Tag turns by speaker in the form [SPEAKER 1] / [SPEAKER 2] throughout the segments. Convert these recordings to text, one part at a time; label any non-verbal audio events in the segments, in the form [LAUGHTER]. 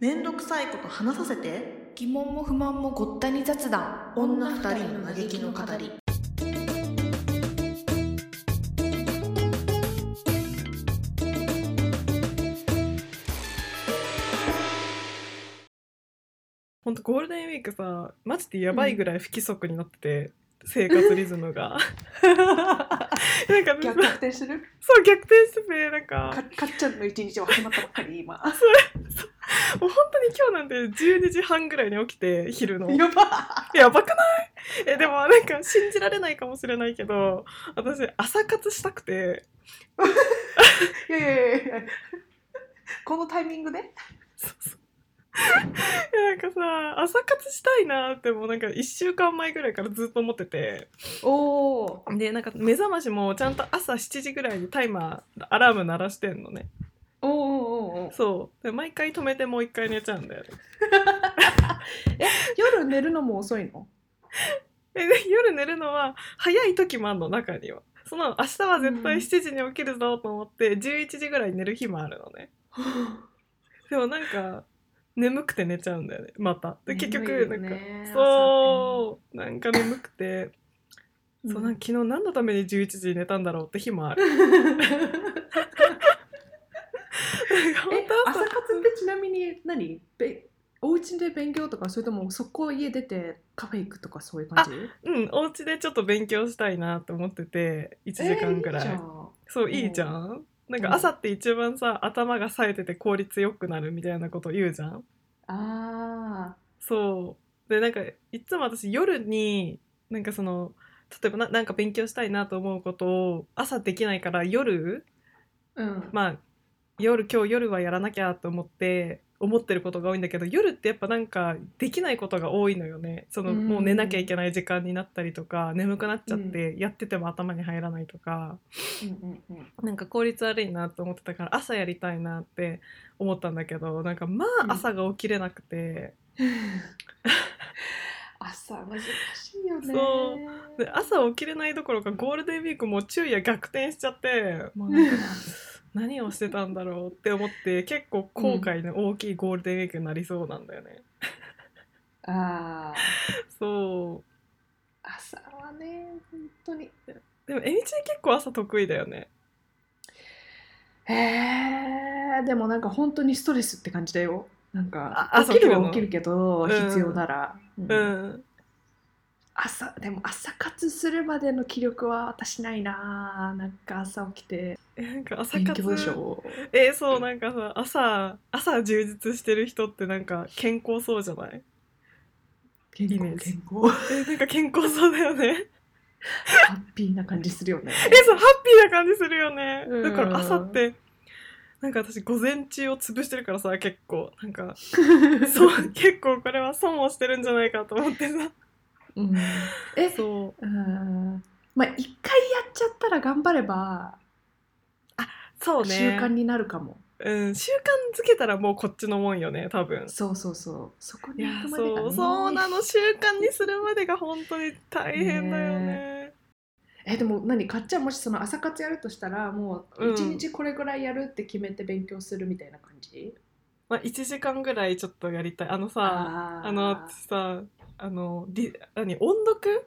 [SPEAKER 1] めんどくさいこと話させて
[SPEAKER 2] 疑問も不満もごったに雑談
[SPEAKER 1] 女二人の嘆きの語り
[SPEAKER 3] ほんとゴールデンウィークさマジでやばいぐらい不規則になってて、生活リズム
[SPEAKER 1] [LAUGHS]
[SPEAKER 3] がなんか
[SPEAKER 1] 逆転してる
[SPEAKER 3] そう逆転しててなんか
[SPEAKER 1] かかっちゃんの一日は始まったばっかり今
[SPEAKER 3] もう本当に今日なんて12時半ぐらいに起きて昼の
[SPEAKER 1] やば
[SPEAKER 3] やばくないえでもなんか信じられないかもしれないけど私朝活したくて
[SPEAKER 1] いやいやいやいやこのタイミングで
[SPEAKER 3] そうそういやなんかさ朝活したいなってもうなんか1週間前ぐらいからずっと思ってて
[SPEAKER 1] おお
[SPEAKER 3] でなんか目覚ましもちゃんと朝7時ぐらいにタイマーアラーム鳴らしてんのね
[SPEAKER 1] おーおーおー
[SPEAKER 3] そうで毎回止めてもう一回寝ちゃうんだよね
[SPEAKER 1] 夜寝るのも遅い
[SPEAKER 4] [GASPS]
[SPEAKER 1] の
[SPEAKER 3] えで夜寝るのは早い時もあんの中にはその明日は絶対
[SPEAKER 1] うん
[SPEAKER 3] 7時に起きるぞと思って11時ぐらいに寝る日もあるのねでもなんか眠くて寝ちゃうんだよねまたで結
[SPEAKER 1] 眠
[SPEAKER 3] 局
[SPEAKER 1] い
[SPEAKER 3] な
[SPEAKER 1] よ
[SPEAKER 3] んか、
[SPEAKER 1] ね
[SPEAKER 3] そうなんか眠くて、そうなん
[SPEAKER 1] か
[SPEAKER 3] か昨日何のために11時に寝たんだろうって日もある
[SPEAKER 4] え
[SPEAKER 3] 本当
[SPEAKER 4] 朝活ってちなみに何べお家で勉強とかそれともそこ家出てカフェ行くとかそういう感じ
[SPEAKER 3] うん、お家でちょっと勉強したいなと思ってて1時間くらい,、
[SPEAKER 4] えーいいじゃん
[SPEAKER 3] そういいじゃんなんか朝って一番さ頭が冴えてて効率よくなるみたいなこと言うじゃん
[SPEAKER 4] あ
[SPEAKER 3] そうでなんかいつも私夜になんかその例えばななんか勉強したいなと思うことを朝できないから夜
[SPEAKER 4] ーうん
[SPEAKER 3] まあ夜今日夜はやらなきゃと思って思ってることが多いんだけど夜ってやっぱなんかできないことが多いのよねその、
[SPEAKER 4] うん
[SPEAKER 3] もう寝なきゃいけない時間になったりとか眠くなっちゃって、やってても頭に入らないとか
[SPEAKER 4] うんうんうん
[SPEAKER 3] なんか効率悪いなと思ってたから朝やりたいなって思ったんだけどなんかま
[SPEAKER 4] う
[SPEAKER 3] あ
[SPEAKER 4] ん
[SPEAKER 3] 朝が起きれなくて、
[SPEAKER 4] [LAUGHS] 朝難しいよね
[SPEAKER 3] そで朝起きれないどころかゴールデンウィークも昼夜逆転しちゃってもうなんか何をしてたんだろうって思って結構後悔の大きいゴールデンウィークになりそうなんだよね。
[SPEAKER 4] あー
[SPEAKER 3] そう。
[SPEAKER 4] 朝はね本当に
[SPEAKER 3] でも、えみちゃん結構朝得意だよね。
[SPEAKER 4] えー、でもなんか本当にストレスって感じだよなんか
[SPEAKER 3] あ朝
[SPEAKER 4] 起きる
[SPEAKER 3] 起きる
[SPEAKER 4] は
[SPEAKER 3] の
[SPEAKER 4] 起きるけど
[SPEAKER 3] うん
[SPEAKER 4] 必要なら、うん
[SPEAKER 3] うん。
[SPEAKER 4] 朝でも朝活するまでの気力は私ないななんか朝起きて
[SPEAKER 3] えなんか朝
[SPEAKER 4] 勉
[SPEAKER 3] 活。
[SPEAKER 4] 強でしょ
[SPEAKER 3] えそう、なんかさ、朝、朝充実してる人ってなんか健康そうじゃない
[SPEAKER 4] 健
[SPEAKER 3] イメ
[SPEAKER 4] 康
[SPEAKER 3] ージ
[SPEAKER 4] 健
[SPEAKER 1] [LAUGHS]
[SPEAKER 4] 康
[SPEAKER 3] えなんか健康そうだよね。
[SPEAKER 4] ハッピーな感じするよね
[SPEAKER 3] えそう、ハッピーな感じするよね。
[SPEAKER 4] うん
[SPEAKER 3] だから朝って、なんか私午前中を潰してるからさ、結構、なん
[SPEAKER 4] [LAUGHS]
[SPEAKER 3] か、そう、結構これは損をしてるんじゃないかと思ってさ。
[SPEAKER 4] うんえ
[SPEAKER 3] そ
[SPEAKER 4] う
[SPEAKER 3] う。
[SPEAKER 4] んまあ一回やっちゃったら頑張れば
[SPEAKER 3] そうね。
[SPEAKER 4] 習慣になるかも
[SPEAKER 3] うん、習慣づけたらもうこっちのもんよね、多分。
[SPEAKER 4] そうそうそうそこ
[SPEAKER 3] い
[SPEAKER 4] に
[SPEAKER 3] や
[SPEAKER 4] 行くまでが
[SPEAKER 3] そう
[SPEAKER 4] ね
[SPEAKER 3] そうなの習慣にするまでが本当に大変だよね
[SPEAKER 4] えでも何かっちゃんもしその朝活やるとしたらも
[SPEAKER 3] うん
[SPEAKER 4] う一日これぐらいやるって決めて勉強するみたいな感じ、
[SPEAKER 3] まあ、1時間ぐらいちょっとやりたいあのさ
[SPEAKER 4] あ
[SPEAKER 3] あ
[SPEAKER 4] ー
[SPEAKER 3] のさあのリ何音読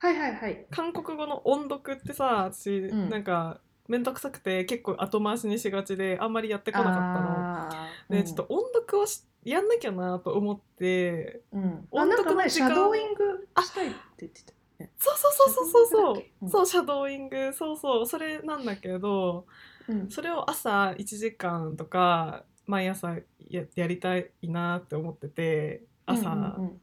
[SPEAKER 4] はいはいはい
[SPEAKER 3] 韓国語の音読ってさ私、
[SPEAKER 4] ん
[SPEAKER 3] なんか面倒くさくて結構後回しにしがちであんまりやってこなかった
[SPEAKER 4] あ
[SPEAKER 3] の
[SPEAKER 4] ー
[SPEAKER 3] で、
[SPEAKER 4] うん
[SPEAKER 3] ちょっと音読をしやんなきゃなと思って
[SPEAKER 4] うん、
[SPEAKER 3] 音
[SPEAKER 4] あなん
[SPEAKER 3] 読
[SPEAKER 4] か
[SPEAKER 3] の
[SPEAKER 4] 前
[SPEAKER 3] 時
[SPEAKER 4] シ
[SPEAKER 3] 間
[SPEAKER 4] ャドーイングしたいって言ってた。
[SPEAKER 3] そうそうそうそうそう
[SPEAKER 4] シャドーイングだっ
[SPEAKER 3] そ
[SPEAKER 4] けうん
[SPEAKER 3] うそうシャドーイングそうそうそれなんだけど
[SPEAKER 4] うん、
[SPEAKER 3] それを朝1時間とか毎朝ややりたいなって思ってて朝、
[SPEAKER 4] うん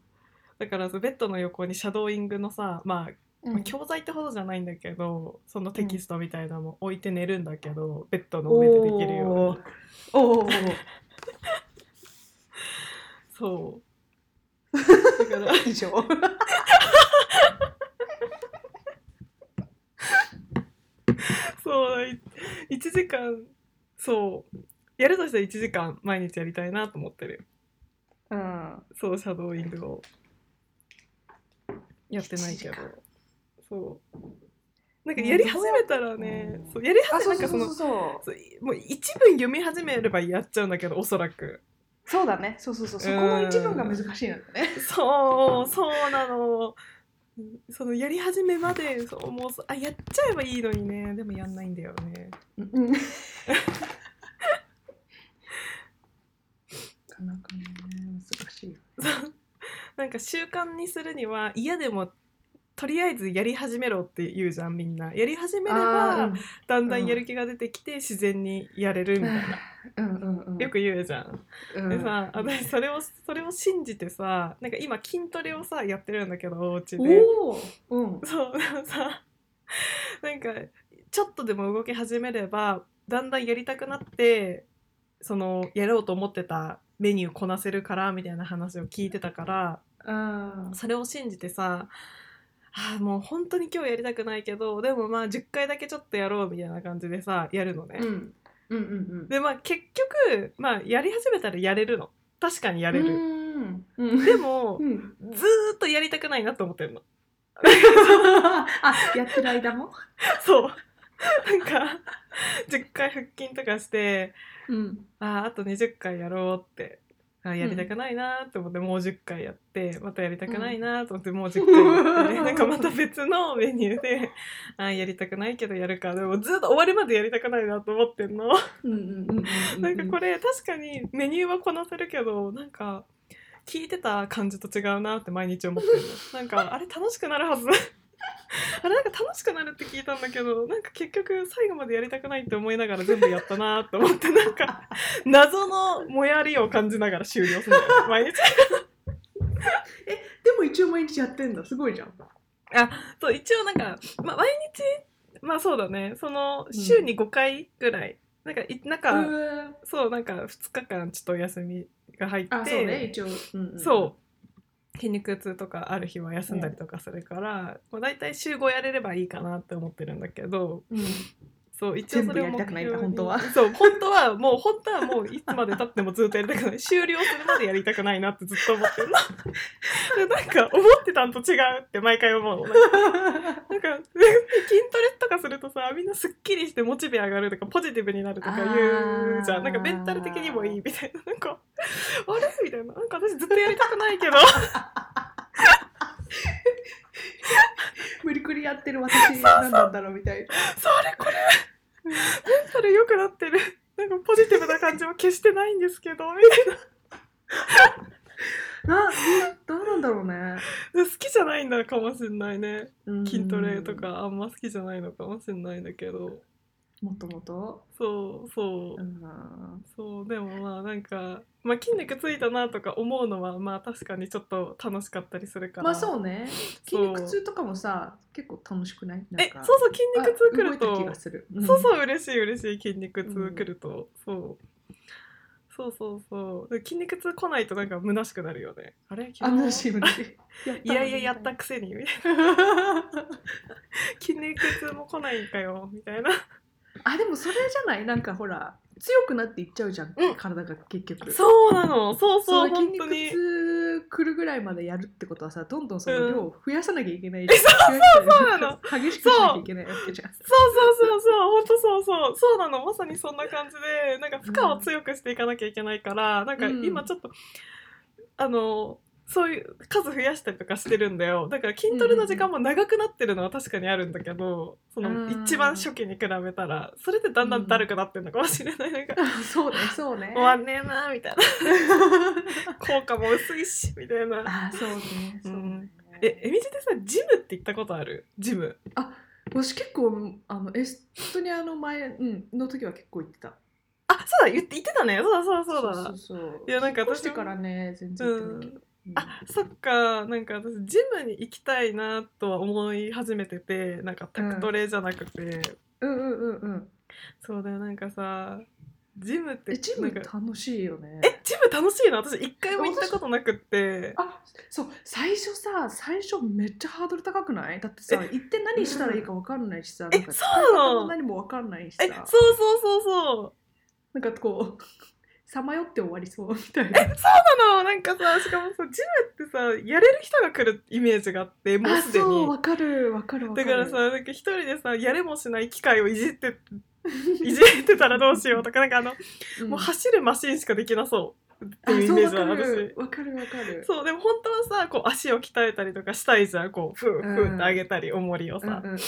[SPEAKER 3] だからベッドの横にシャドーイングのさ、まあ、
[SPEAKER 4] うんう
[SPEAKER 3] まあ
[SPEAKER 4] ん、
[SPEAKER 3] 教材ってほどじゃないんだけどそのテキストみたいなのも置いて寝るんだけどベッドの上でできるように
[SPEAKER 4] おお、
[SPEAKER 3] そうだ [LAUGHS] から
[SPEAKER 4] 以上。
[SPEAKER 3] そうい1時間そうやるとしたら1時間毎日やりたいなと思ってる
[SPEAKER 4] うん、
[SPEAKER 3] そうシャドーイングをやってないけど
[SPEAKER 4] 1時
[SPEAKER 3] そうなんかやり始めたらねそうやり
[SPEAKER 4] あ、
[SPEAKER 3] 始
[SPEAKER 4] そ
[SPEAKER 3] め
[SPEAKER 4] う
[SPEAKER 3] な
[SPEAKER 4] そ
[SPEAKER 3] ん
[SPEAKER 4] う
[SPEAKER 3] か
[SPEAKER 4] そ
[SPEAKER 3] そうの
[SPEAKER 4] そうそう。
[SPEAKER 3] そうもう一文読み始めればやっちゃうんだけどおそらく
[SPEAKER 1] そうだねそうそうそうそこの一文が難しいのよね
[SPEAKER 3] そうそうなのそのやり始めまでそうもうあやっちゃえばいいのにねでもやんないんだよね
[SPEAKER 1] うん
[SPEAKER 4] なかなかね難しいよ
[SPEAKER 3] なんか習慣にするには嫌でもとりあえずやり始めろって言うじゃんみんなやり始めれば、
[SPEAKER 4] あー
[SPEAKER 3] だんだんやる気が出てきて自然にやれるみたいな、
[SPEAKER 4] うんうんうん
[SPEAKER 3] よく言うじゃん。
[SPEAKER 4] うん
[SPEAKER 3] でさ私それをそれを信じてさなんか今筋トレをさやってるんだけどお家で
[SPEAKER 4] おおうん
[SPEAKER 3] [LAUGHS] そうでもさなんかちょっとでも動き始めればだんだんやりたくなってそのやろうと思ってたメニューこなせるからみたいな話を聞いてたから
[SPEAKER 4] あ
[SPEAKER 3] それを信じてさあーもう本当に今日やりたくないけどでもまあ10回だけちょっとやろうみたいな感じでさやるのね。
[SPEAKER 4] ーうんうんうん
[SPEAKER 3] でまあ結局、まあ、やり始めたらやれるの確かにや
[SPEAKER 4] や
[SPEAKER 3] れる、
[SPEAKER 4] るうん
[SPEAKER 3] でも
[SPEAKER 4] う、ん
[SPEAKER 3] ずーっとやりたくないなと思ってるの
[SPEAKER 4] あやってる間も
[SPEAKER 3] そうなんか10回腹筋とかして
[SPEAKER 4] うん
[SPEAKER 3] あーあと20回やろうってあーやりたくないなと思って、もう10回やってまたやりたくないなと思ってもう10回やって、 [LAUGHS]
[SPEAKER 4] うん
[SPEAKER 3] なんかまた別のメニューであーやりたくないけどやるかでもずーっと終わりまでやりたくないなと思ってんの
[SPEAKER 4] うんうんうんうん
[SPEAKER 3] なんかこれ確かにメニューはこなせるけどなんか聞いてた感じと違うなって毎日思ってるのなんかあれ楽しくなるはず [LAUGHS] あれなんか楽しくなるって聞いたんだけどなんか結局最後までやりたくないって思いながら全部やったなと思ってなんか謎のもやりを感じながら終了するのよ毎日
[SPEAKER 4] でも一応毎日やってんだすごいじゃん
[SPEAKER 3] そう一応なんか、まあ、毎日まあそうだねその週に5回ぐらい、なんかいなんか、
[SPEAKER 4] うん
[SPEAKER 3] そうなんか2日間ちょっとお休みが入って
[SPEAKER 4] あそうね一応うん
[SPEAKER 3] そう筋肉痛とかある日は休んだりとかするから、まあ、大体週5やれればいいかなって思ってるんだけど
[SPEAKER 4] うん
[SPEAKER 3] そう一応それを
[SPEAKER 4] 全部やりたくないんだ
[SPEAKER 3] 目標
[SPEAKER 4] 本当
[SPEAKER 3] に
[SPEAKER 4] は
[SPEAKER 3] そう本当はもう本当はもういつまでたってもずっとやりたくない終了するまでやりたくないなってずっと思ってるのでなんか思ってたんと違うって毎回思うのなんかなんか筋トレとかするとさみんなすっきりしてモチベ上がるとかポジティブになるとか言うじゃ
[SPEAKER 4] あー
[SPEAKER 3] んなんかメンタル的にもいいみたいななんかあれみたいななんか私ずっとやりたくないけど
[SPEAKER 4] 無理くりやってる私何なんだろうみたいな
[SPEAKER 3] そうあれこれメンタル良くなってる [LAUGHS] なんかポジティブな感じは決してないんですけど [LAUGHS] みたい
[SPEAKER 4] などうなんだろうね
[SPEAKER 3] な好きじゃないんだかもしんないね
[SPEAKER 4] うん
[SPEAKER 3] 筋トレとかあんま好きじゃないのかもしんないんだけど
[SPEAKER 4] もともと
[SPEAKER 3] そうそううんそうでもまあなんか、まあ、筋肉ついたなとか思うのはまあ確かにちょっと楽しかったりするから
[SPEAKER 4] まあ
[SPEAKER 3] う
[SPEAKER 4] そうね筋肉痛とかもさ結構楽しくないなん
[SPEAKER 3] え
[SPEAKER 4] か
[SPEAKER 3] そうそう筋肉痛くる
[SPEAKER 4] あ動いた気
[SPEAKER 3] と
[SPEAKER 4] がする
[SPEAKER 3] そう
[SPEAKER 4] う
[SPEAKER 3] そう嬉しい嬉しい筋肉痛くると、そうそうそうそうで筋肉痛来ないとなんか虚しくなるよねあれ
[SPEAKER 4] あ
[SPEAKER 3] 昨日
[SPEAKER 4] むしいむしい
[SPEAKER 3] [LAUGHS] いやいややったくせにみたい [LAUGHS] な筋肉痛も来ないんかよみたいな
[SPEAKER 4] あでもそれじゃないなんかほら強くなっていっちゃうじゃん、
[SPEAKER 3] うん
[SPEAKER 4] 体が結局
[SPEAKER 3] そうなのそう
[SPEAKER 4] そ
[SPEAKER 3] そうう
[SPEAKER 4] 筋肉
[SPEAKER 3] 本当に
[SPEAKER 4] 痛くるぐらいまでやるってことはさどんどんその量を増やさなきゃいけない
[SPEAKER 3] んえ
[SPEAKER 4] そう
[SPEAKER 3] そうそうなの
[SPEAKER 4] [LAUGHS] 激しくしなきゃいけないわけじゃん
[SPEAKER 3] そうそうそうそう本当そうそうそうなのまさにそんな感じでなんか負荷を強くしていかなきゃいけないから、なんか今ちょっとあのそういう数増やしたりとかしてるんだよだから筋トレの時間も長くなってるのは確かにあるんだけどその
[SPEAKER 4] うん
[SPEAKER 3] 一番初期に比べたらそれでだんだんだるくなってるのかもしれないなんか
[SPEAKER 4] [LAUGHS] そうねそうね
[SPEAKER 3] 終わんねえなみたい [LAUGHS] な効果も薄いしみたいな
[SPEAKER 4] あそうねそうね、
[SPEAKER 3] うんええみじってさジムって行ったことあるジム
[SPEAKER 4] 私結構あのエストニアの前、うん、の時は結構行ってた
[SPEAKER 3] あそうだ言って言ってたねそうだそうだそうだ
[SPEAKER 4] そうそうそう
[SPEAKER 3] いやなんか
[SPEAKER 4] 引
[SPEAKER 3] 私も
[SPEAKER 4] っ越してからね全然行ってないけど、うん
[SPEAKER 3] あそっかなんか私ジムに行きたいなとは思い始めててなんかタクトレじゃなくて、
[SPEAKER 4] うんうんうんうん
[SPEAKER 3] そうだよなんかさジムって
[SPEAKER 4] えジ
[SPEAKER 3] な
[SPEAKER 4] ム
[SPEAKER 3] んか
[SPEAKER 4] 楽しいよね
[SPEAKER 3] えジム楽しいの私一回も行ったことなくって
[SPEAKER 4] あそう最初さ最初めっちゃハードル高くないだってさ行って何したらいいか分かんないしさ
[SPEAKER 3] え
[SPEAKER 4] なんか
[SPEAKER 3] そ
[SPEAKER 4] 使いう
[SPEAKER 3] なの
[SPEAKER 4] 方も何も分かんないしさ
[SPEAKER 3] えそうそうそうそう
[SPEAKER 4] なんかこう [LAUGHS] さまよって終わりそうみたいな
[SPEAKER 3] そうなのなんかさしかもさジムってさやれる人が来るイメージがあってもう
[SPEAKER 4] あ
[SPEAKER 3] すで
[SPEAKER 4] そう
[SPEAKER 3] に
[SPEAKER 4] 分かる分かる分か
[SPEAKER 3] だ
[SPEAKER 4] る
[SPEAKER 3] からさなんか一人でさやれもしない機械をいじって
[SPEAKER 4] [LAUGHS]
[SPEAKER 3] いじってたらどうしようとかなんかあの、
[SPEAKER 4] うん
[SPEAKER 3] もう走るマシンしかできなそって
[SPEAKER 4] あ
[SPEAKER 3] いうイ
[SPEAKER 4] そう
[SPEAKER 3] メー
[SPEAKER 4] わ
[SPEAKER 3] ジ
[SPEAKER 4] か
[SPEAKER 3] なの私
[SPEAKER 4] るわかるわかる
[SPEAKER 3] そうでも本当はさこう足を鍛えたりとかしたいじゃんこうふうふうって上げたり重りを
[SPEAKER 4] うんう
[SPEAKER 3] さ
[SPEAKER 4] ん、うん
[SPEAKER 3] い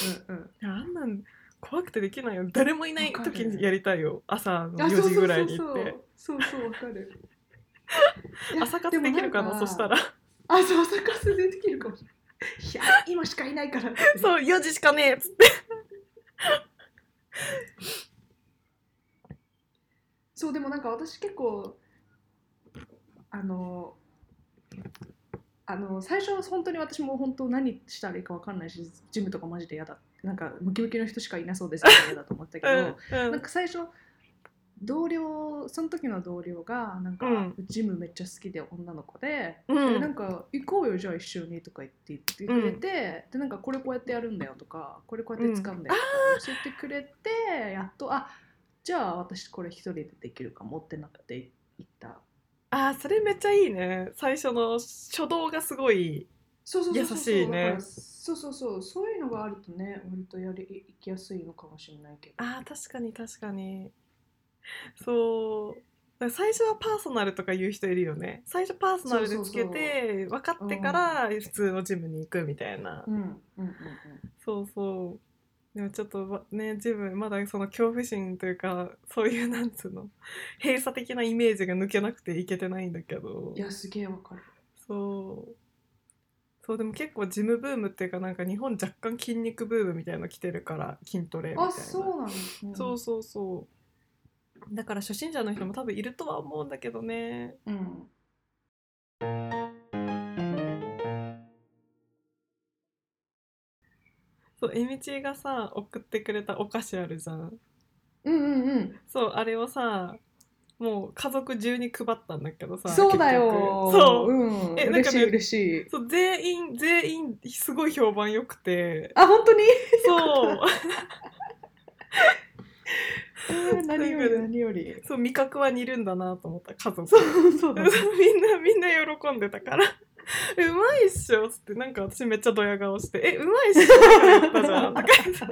[SPEAKER 3] やあんなん怖くてできないよ誰もいない時
[SPEAKER 4] わか
[SPEAKER 3] に
[SPEAKER 4] る
[SPEAKER 3] やりたいよ朝
[SPEAKER 4] うん
[SPEAKER 3] の
[SPEAKER 4] あ
[SPEAKER 3] 4時ぐらいに行って
[SPEAKER 4] そうそうそうそうそうわかる
[SPEAKER 3] [LAUGHS]
[SPEAKER 4] いや
[SPEAKER 3] 朝活できるかな
[SPEAKER 4] もん
[SPEAKER 3] そしたら
[SPEAKER 4] あそう朝活でできるかもしれないいや今しかいないから
[SPEAKER 3] そう4時しかねえっつって
[SPEAKER 4] そうでもなんか私結構あのあの最初は本当に私も本当何したらいいか分かんないしジムとかマジで嫌だなんかムキムキの人しかいなそうです嫌だと思ったけ
[SPEAKER 3] う
[SPEAKER 4] ど
[SPEAKER 3] ん、、うん
[SPEAKER 4] なんか最初同僚その時の同僚がなんか、
[SPEAKER 3] うん
[SPEAKER 4] ジムめっちゃ好きで女の子で、
[SPEAKER 3] うん
[SPEAKER 4] でなんか行こうよじゃあ一緒にとか言って言ってくれて、でなんかこれこうやってやるんだよとかこれこうやって使うんだよ
[SPEAKER 3] [LAUGHS]
[SPEAKER 4] とか教えてくれて、やっとあじゃあ私これ一人でできるかもってなっていった
[SPEAKER 3] あーそれめっちゃいいね最初の初動がすごい
[SPEAKER 4] そうそうそうそう
[SPEAKER 3] 優しいね
[SPEAKER 4] だからそうそうそうそういうのがあるとね割とやり行きやすいのかもしれないけど
[SPEAKER 3] あー確かに確かにそうだから最初はパーソナルとか言う人いるよね最初パーソナルでつけて分かってから普通のジムに行くみたいな、
[SPEAKER 4] うんうんうんうん
[SPEAKER 3] そうそうでもちょっとわねジムまだその恐怖心というかそういうなんつうの閉鎖的なイメージが抜けなくていけてないんだけど
[SPEAKER 4] いやすげえわかる
[SPEAKER 3] そうそうでも結構ジムブームっていうかなんか日本若干筋肉ブームみたいなの来てるから筋トレみたいな
[SPEAKER 4] あそうなんですね
[SPEAKER 3] そうそうそうだから初心者の人も多分いるとは思うんだけどね
[SPEAKER 4] うん
[SPEAKER 3] そうえみちがさ送ってくれたお菓子あるじゃん
[SPEAKER 4] うんうんうん
[SPEAKER 3] そうあれをさもう家族中に配ったんだけどさ
[SPEAKER 4] そうだよ
[SPEAKER 3] 結局そう、
[SPEAKER 4] うん、
[SPEAKER 3] えなん
[SPEAKER 4] 嬉
[SPEAKER 3] か
[SPEAKER 4] し
[SPEAKER 3] ね
[SPEAKER 4] い嬉しい
[SPEAKER 3] そう全員全員すごい評判良くて
[SPEAKER 4] あ本当
[SPEAKER 3] [LAUGHS]
[SPEAKER 4] に
[SPEAKER 3] そう
[SPEAKER 4] うん何より何より
[SPEAKER 3] そう味覚は似るんだなと思った家族
[SPEAKER 4] そうそう
[SPEAKER 3] [LAUGHS] み
[SPEAKER 4] だ
[SPEAKER 3] ん
[SPEAKER 4] ね
[SPEAKER 3] なみんな喜んでたから [LAUGHS] 「うまいっしょ」っつってなんか私めっちゃドヤ顔して「えうまいっしょ」って言ったじゃんとか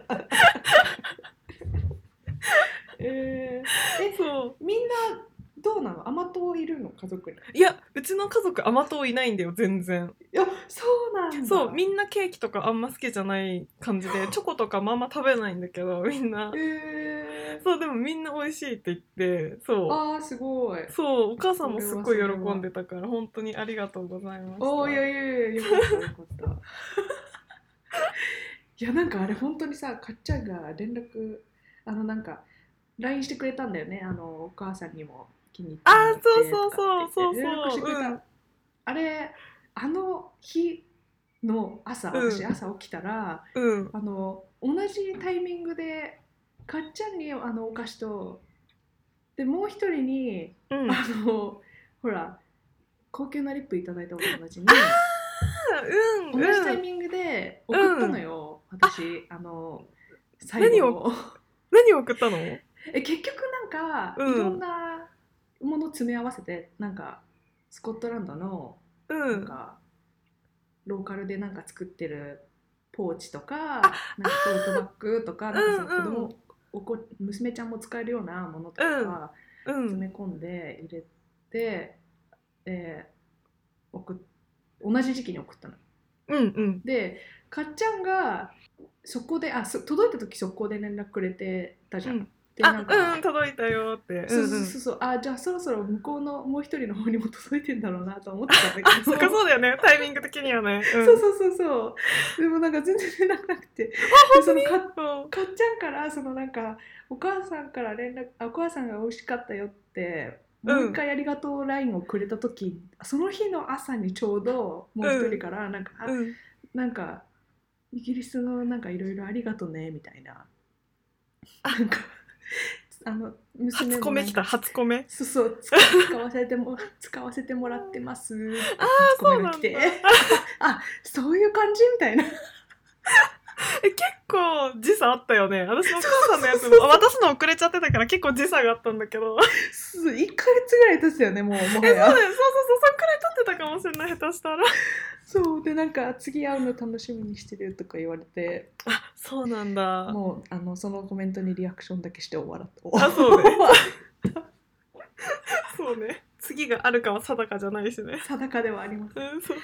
[SPEAKER 3] 言って
[SPEAKER 4] [LAUGHS] え
[SPEAKER 3] そう [LAUGHS]
[SPEAKER 4] ーみんなどうなの甘党いるの家族に
[SPEAKER 3] いやうちの家族甘党いないんだよ全然
[SPEAKER 4] いやそうなんだ
[SPEAKER 3] そうみ
[SPEAKER 4] ん
[SPEAKER 3] んなケーキとかあんま好きじゃない感じでチョコとかまんま食べないんだけどみんな
[SPEAKER 4] えー、
[SPEAKER 3] そうでもみんな美味しいって言ってそう
[SPEAKER 4] あーすごい
[SPEAKER 3] そうお母さんもすっごい
[SPEAKER 4] それはそれは
[SPEAKER 3] 喜んでたから本当にありがとうございました
[SPEAKER 4] おーいやいやいやよかったよかった
[SPEAKER 3] [LAUGHS]
[SPEAKER 4] いやなんかあれ本当にさかっちゃんが連絡あのなんか LINE してくれたんだよねあのお母さんにも気に入ってもらって
[SPEAKER 3] あーそうそう
[SPEAKER 4] とかって言
[SPEAKER 3] そう
[SPEAKER 4] って連絡してくれた、
[SPEAKER 3] そうそううん
[SPEAKER 4] あれあの日の朝
[SPEAKER 3] うん
[SPEAKER 4] 私朝起きたら、
[SPEAKER 3] うん
[SPEAKER 4] あの同じタイミングでかっちゃんにあのお菓子とでもう一人に
[SPEAKER 3] うん
[SPEAKER 4] あのほら高級なリップいただいたお友達に
[SPEAKER 3] うん
[SPEAKER 4] 同
[SPEAKER 3] うん
[SPEAKER 4] じタイミングで送ったのよ、私あの最後の
[SPEAKER 3] 何送ったの
[SPEAKER 4] え結局なんか、
[SPEAKER 3] うん
[SPEAKER 4] いろんなもの詰め合わせてなんかスコットランドの
[SPEAKER 3] う
[SPEAKER 4] なん
[SPEAKER 3] ん
[SPEAKER 4] か、ローカルでなんか作ってるポーチとかなんかトートバッグとかなんかその子供、
[SPEAKER 3] うんうん
[SPEAKER 4] お子娘ちゃんも使えるようなものとか、
[SPEAKER 3] うん
[SPEAKER 4] 詰め込んで入れて、で送っ同じ時期に送ったの。
[SPEAKER 3] うんうん
[SPEAKER 4] でかっちゃんがそこであそ届いた時速攻で連絡くれてたじゃん。
[SPEAKER 3] うん
[SPEAKER 4] で
[SPEAKER 3] あ
[SPEAKER 4] なん
[SPEAKER 3] うんうん
[SPEAKER 4] か
[SPEAKER 3] 届いたよって
[SPEAKER 4] そう
[SPEAKER 3] うん
[SPEAKER 4] そううんそうそうあじゃあそろそろ向こうのもう一人の方にも届いてんだろうなと思ってたんだけど
[SPEAKER 3] [LAUGHS] そっかそうだよねタイミング的にはねうん
[SPEAKER 4] そうそうそうそうでもなんか全然連絡なくてでそのか
[SPEAKER 3] そう
[SPEAKER 4] かっちゃんからそのなんかお母さんから連絡あお母さんが美味しかったよってもう一回ありがとう LINE をくれた時、その日の朝にちょうどもう一人からなんか、あ
[SPEAKER 3] うん
[SPEAKER 4] なんかイギリスのなんかいろいろありがとねみたいななんかあの娘も
[SPEAKER 3] 初コメ来た初コメ
[SPEAKER 4] そうそう使使わせて
[SPEAKER 3] [LAUGHS]
[SPEAKER 4] も使わせてもらってますああ
[SPEAKER 3] そうなんだ
[SPEAKER 4] て [LAUGHS] あそういう感じみたいな
[SPEAKER 3] え結構時差あったよね私のお母さんのやつ
[SPEAKER 4] そうそう
[SPEAKER 3] もあ渡すの遅れちゃってたから結構時差があったんだけ
[SPEAKER 4] [LAUGHS]
[SPEAKER 3] どそう
[SPEAKER 4] そう1ヶ月ぐらい経つよねもうもは
[SPEAKER 3] だよ
[SPEAKER 4] や
[SPEAKER 3] そうそうそうそんくらい経ってたかもしれない下手したら
[SPEAKER 4] そうでなんか次会うの楽しみにしてるとか言われて
[SPEAKER 3] あそうなんだ
[SPEAKER 4] もうあのそのコメントにリアクションだけして終わらと
[SPEAKER 3] あそうねそうね次があるかは定かじゃないしね。
[SPEAKER 4] [LAUGHS] 定かではあります
[SPEAKER 3] うんそう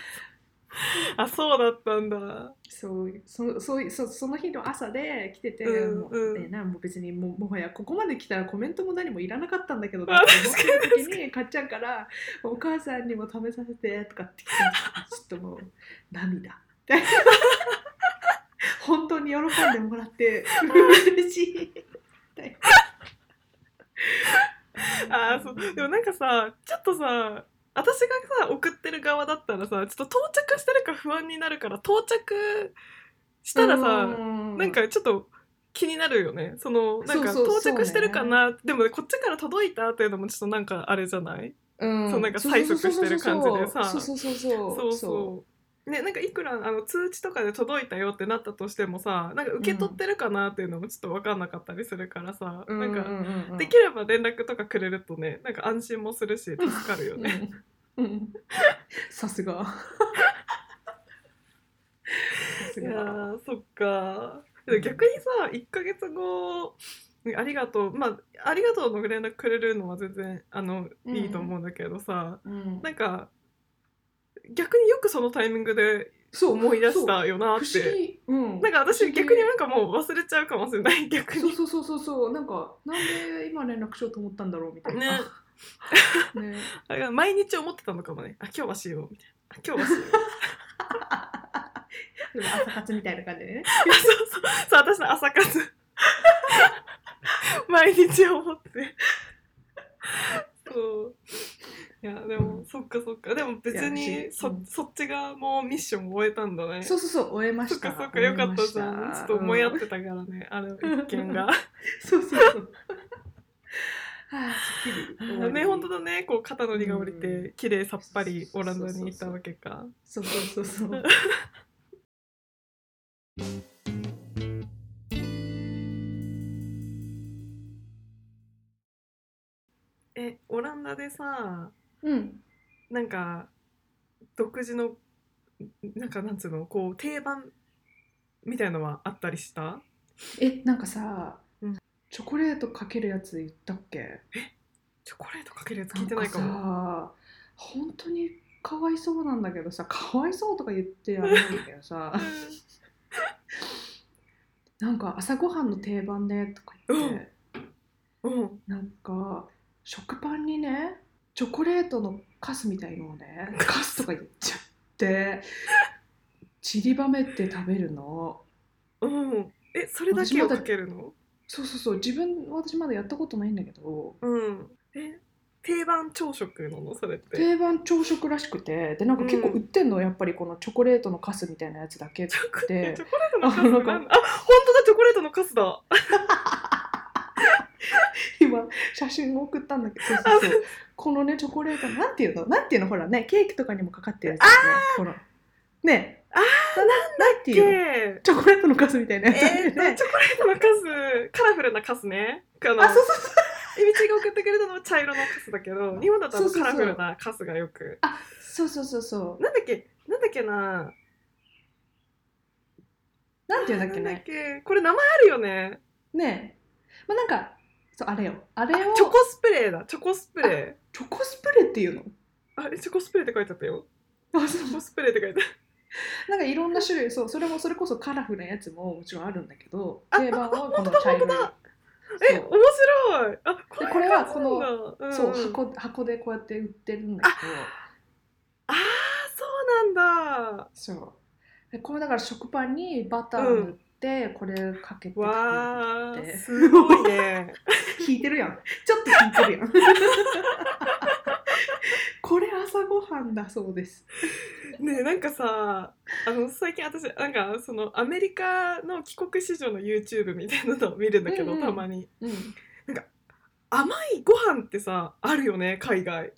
[SPEAKER 3] あそうだったんだ。
[SPEAKER 4] そうそそういそその日の朝で来てて、
[SPEAKER 3] うん
[SPEAKER 4] も
[SPEAKER 3] う
[SPEAKER 4] うんねなもう別にもうもはやここまで来たらコメントも何もいらなかったんだけど
[SPEAKER 3] あ
[SPEAKER 4] って思ってる時にかっちゃんから「お母さんにも食べさせて」とかって来てちょっともう涙 [LAUGHS] って本当に喜んでもらって嬉しい
[SPEAKER 3] [LAUGHS] あーそうでもなんかさちょっとさ私がさ送ってる側だったらさちょっと到着してるか不安になるから到着したらさ
[SPEAKER 4] な
[SPEAKER 3] なんかちょっと気になるよねそのなんか
[SPEAKER 4] そうそう
[SPEAKER 3] 到
[SPEAKER 4] そうね
[SPEAKER 3] 着してるかなでもねこっちから届いたっていうのもちょっとなんかあれじゃない
[SPEAKER 4] うん
[SPEAKER 3] そうなんか催促してる感じでさ
[SPEAKER 4] そうそうそうそう
[SPEAKER 3] そう
[SPEAKER 4] そう
[SPEAKER 3] そう。ね、なんかいくらあの通知とかで届いたよってなったとしてもさなんか受け取ってるかなっていうのもちょっと分かんなかったりするからさ、
[SPEAKER 4] う
[SPEAKER 3] なん
[SPEAKER 4] う
[SPEAKER 3] か
[SPEAKER 4] んうんうん
[SPEAKER 3] できれば連絡とかくれるとねなんか安心もするし助かるよね。
[SPEAKER 4] うんうん [LAUGHS] さすが。さす
[SPEAKER 3] いや
[SPEAKER 4] が。
[SPEAKER 3] ーそっかで逆にさ1ヶ月後ありがとうまあありがとうの連絡くれるのは全然あの
[SPEAKER 4] うん
[SPEAKER 3] いいと思うんだけどさ、
[SPEAKER 4] うん
[SPEAKER 3] なんか逆によくそのタイミングで
[SPEAKER 4] そう
[SPEAKER 3] 思い出し
[SPEAKER 4] そう
[SPEAKER 3] たよなっ
[SPEAKER 4] 不思
[SPEAKER 3] て
[SPEAKER 4] 議。うん。
[SPEAKER 3] なんか
[SPEAKER 4] 不
[SPEAKER 3] 私
[SPEAKER 4] 思議
[SPEAKER 3] 逆になんかもう忘れちゃうかもしれない逆
[SPEAKER 4] そう
[SPEAKER 3] に
[SPEAKER 4] そうそうそうそうなんかなんで今連絡しようと思ったんだろうみたいな。ね。
[SPEAKER 3] [LAUGHS] あれが毎日思ってたのかもねあ今日はしようみたいなあ今日はしよう
[SPEAKER 4] でも朝活みたいな感じでね。
[SPEAKER 3] あそうそうそう私の朝活 [LAUGHS] 毎日思ってそういやでもそっかそっかでも別
[SPEAKER 4] いや
[SPEAKER 3] に
[SPEAKER 4] 私
[SPEAKER 3] そ,、
[SPEAKER 4] うん
[SPEAKER 3] そっちがもうミッション終えたんだね
[SPEAKER 4] そうそうそう終えま
[SPEAKER 3] そっ
[SPEAKER 4] した。
[SPEAKER 3] かそっかよかったじ
[SPEAKER 4] 終
[SPEAKER 3] ゃ
[SPEAKER 4] え
[SPEAKER 3] ん
[SPEAKER 4] ま
[SPEAKER 3] ち
[SPEAKER 4] し
[SPEAKER 3] ょ
[SPEAKER 4] た
[SPEAKER 3] っともやっ
[SPEAKER 4] うん
[SPEAKER 3] てたからね、あの一件
[SPEAKER 4] [LAUGHS]
[SPEAKER 3] が
[SPEAKER 4] そうそうそう。 [LAUGHS] はあすっきり終わり。
[SPEAKER 3] ね本当だねこう肩の荷が下りて、
[SPEAKER 4] う
[SPEAKER 3] 綺麗さっぱりオランダに行ったわけか
[SPEAKER 4] そうそうそう
[SPEAKER 3] [LAUGHS]
[SPEAKER 4] そう。
[SPEAKER 3] えオランダでさ
[SPEAKER 4] うん。
[SPEAKER 3] なんか独自のなんかなんつうのこう定番みたいのはあったりした
[SPEAKER 4] えなんかさ
[SPEAKER 3] うん。
[SPEAKER 4] チョコレートかけるやつ言ったっけ
[SPEAKER 3] チョコレートかけるやつ
[SPEAKER 4] な
[SPEAKER 3] 聞い
[SPEAKER 4] ん
[SPEAKER 3] てな
[SPEAKER 4] か
[SPEAKER 3] いか
[SPEAKER 4] さ
[SPEAKER 3] も
[SPEAKER 4] 本当にかわいそうなんだけどさかわいそうとか言ってあれなんだけど
[SPEAKER 3] [LAUGHS]
[SPEAKER 4] さなんか朝ごはんの定番ねとか言って、
[SPEAKER 3] うんうん
[SPEAKER 4] なんか食パンにねチョコレートのカスみたいのをねカスとか言っちゃって散りばめて食べるの
[SPEAKER 3] うんえそれだけをかけるの
[SPEAKER 4] そうそうそう自分私まだやったことないんだけど
[SPEAKER 3] うんえ定番朝食なのそれって
[SPEAKER 4] 定番朝食らしくてでなんか結構売ってんの、やっぱりこのチョコレートのカスみたいなやつだけって
[SPEAKER 3] チョコレー
[SPEAKER 4] で
[SPEAKER 3] トのカス
[SPEAKER 4] あな
[SPEAKER 3] なん
[SPEAKER 4] か
[SPEAKER 3] んだあ本当だチョコレートのカスだ
[SPEAKER 4] [LAUGHS] 今写真を送ったんだけどそうそうそうこのねチョコレートなんていうのなんていうのほらねケーキとかにもかかってるやつねほらねあななんて
[SPEAKER 3] け
[SPEAKER 4] いうの
[SPEAKER 3] え
[SPEAKER 4] チョコレートのカスみたいな
[SPEAKER 3] ー
[SPEAKER 4] やつあるよ
[SPEAKER 3] とチョコレ
[SPEAKER 4] ね
[SPEAKER 3] ートのカスカラフルなカスねあの
[SPEAKER 4] あそうそうそう
[SPEAKER 3] えみちが送ってくれたのは茶色のカスだけど今だとあの
[SPEAKER 4] そうそう
[SPEAKER 3] カ
[SPEAKER 4] そう
[SPEAKER 3] ラフルなカスがよく
[SPEAKER 4] そうそうそうそう
[SPEAKER 3] なんだっけなんだっけな
[SPEAKER 4] なんていうんだっけ
[SPEAKER 3] なんだっ
[SPEAKER 4] ね
[SPEAKER 3] けこれ名前あるよね
[SPEAKER 4] ねまあなんかそうあれよあれ
[SPEAKER 3] あ
[SPEAKER 4] を
[SPEAKER 3] チョコスプレーだチョコスプレ
[SPEAKER 4] チョコスプレーっていうの
[SPEAKER 3] ーあれチョコスプレーって書いてあったよ
[SPEAKER 4] あそう
[SPEAKER 3] チョコスプレーって書いてあっ
[SPEAKER 4] [LAUGHS] なんかいろんな種類そうそれもそれこそカラフルなやつももちろんあるんだけど
[SPEAKER 3] あ
[SPEAKER 4] 定番はこの
[SPEAKER 3] 本当だ
[SPEAKER 4] 茶色い
[SPEAKER 3] 本当だたえ
[SPEAKER 4] そ
[SPEAKER 3] 面
[SPEAKER 4] う
[SPEAKER 3] 白いあ
[SPEAKER 4] でこれはこの
[SPEAKER 3] の
[SPEAKER 4] そう
[SPEAKER 3] うん、
[SPEAKER 4] 箱箱でこうやって売ってるんだけど
[SPEAKER 3] あーそうなんだ
[SPEAKER 4] そうでこれだから食パンにバターを塗って、これかけて食べる
[SPEAKER 3] わ
[SPEAKER 4] だって
[SPEAKER 3] ーすごいね
[SPEAKER 4] 聞いてるやんちょっと聞いてるや
[SPEAKER 3] [LAUGHS]
[SPEAKER 4] んこれ朝ごはんだそうです
[SPEAKER 3] ねなんかさあの最近私なんかそのアメリカの帰国子女の YouTube みたいなのを見るんだけど、
[SPEAKER 4] うんうん
[SPEAKER 3] たまに
[SPEAKER 4] うん
[SPEAKER 3] 甘いご飯ってさあるよね海外